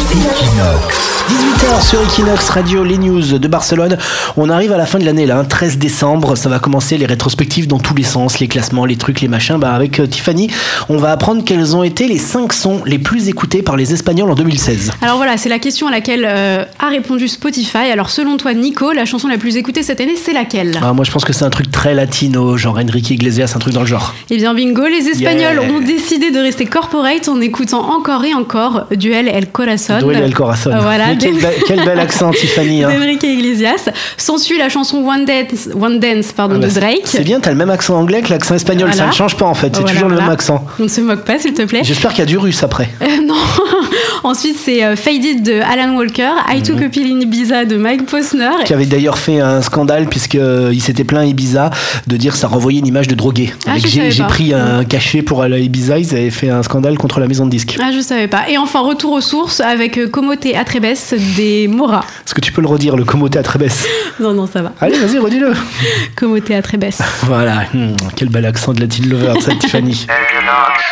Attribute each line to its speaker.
Speaker 1: Equinox.
Speaker 2: 18h sur Equinox Radio, les news de Barcelone. On arrive à la fin de l'année, là, hein, 13 décembre. Ça va commencer les rétrospectives dans tous les sens, les classements, les trucs, les machins. Bah, avec euh, Tiffany, on va apprendre quels ont été les 5 sons les plus écoutés par les Espagnols en 2016.
Speaker 3: Alors voilà, c'est la question à laquelle euh, a répondu Spotify. Alors selon toi, Nico, la chanson la plus écoutée cette année, c'est laquelle
Speaker 2: Ah, moi, je pense que c'est un truc très latino, genre Enrique Iglesias, un truc dans le genre.
Speaker 3: Eh bien bingo, les Espagnols
Speaker 2: Yeah.
Speaker 3: ont décidé de rester corporate en écoutant encore et encore Duel El Corazon.
Speaker 2: Duel El Corazon.
Speaker 3: Euh, Voilà,
Speaker 2: Mais quel,
Speaker 3: d'En-
Speaker 2: bel, quel bel accent, Tiffany. hein.
Speaker 3: d'Enrique Iglesias. S'ensuit la chanson One Dance, One Dance pardon,
Speaker 2: Ah bah,
Speaker 3: de
Speaker 2: c'est-
Speaker 3: Drake.
Speaker 2: C'est bien, t'as le même accent anglais que l'accent espagnol, ça
Speaker 3: Voilà.
Speaker 2: ne change pas en fait, c'est
Speaker 3: Voilà,
Speaker 2: toujours le
Speaker 3: voilà.
Speaker 2: même accent.
Speaker 3: On ne se moque pas, s'il te plaît.
Speaker 2: J'espère qu'il y a du russe après.
Speaker 3: Euh, non. Ensuite, c'est euh, Faded de Alan Walker, I Took a Pill in Ibiza de Mike Posner.
Speaker 2: Mhm. qui avait d'ailleurs fait un scandale puisqu'il s'était plaint à Ibiza de dire que ça renvoyait une image de drogué.
Speaker 3: Ah,
Speaker 2: Avec
Speaker 3: je
Speaker 2: j'ai
Speaker 3: savais
Speaker 2: j'ai
Speaker 3: pas. Mm.
Speaker 2: pris un cachet pour aller à Ibiza, ils avaient fait un scandale contre la maison de disques.
Speaker 3: Ah, je savais pas. Et enfin, retour aux sources avec euh, Como te Atrebes des Mora.
Speaker 2: Est-ce que tu peux le redire, le Comoté à Trébès
Speaker 3: Non, non, ça va.
Speaker 2: Allez, vas-y, redis-le.
Speaker 3: Como te Atrebes.
Speaker 2: Voilà, Hmm, quel bel accent de Latin Lover, ça, Tiffany.
Speaker 1: Equinox.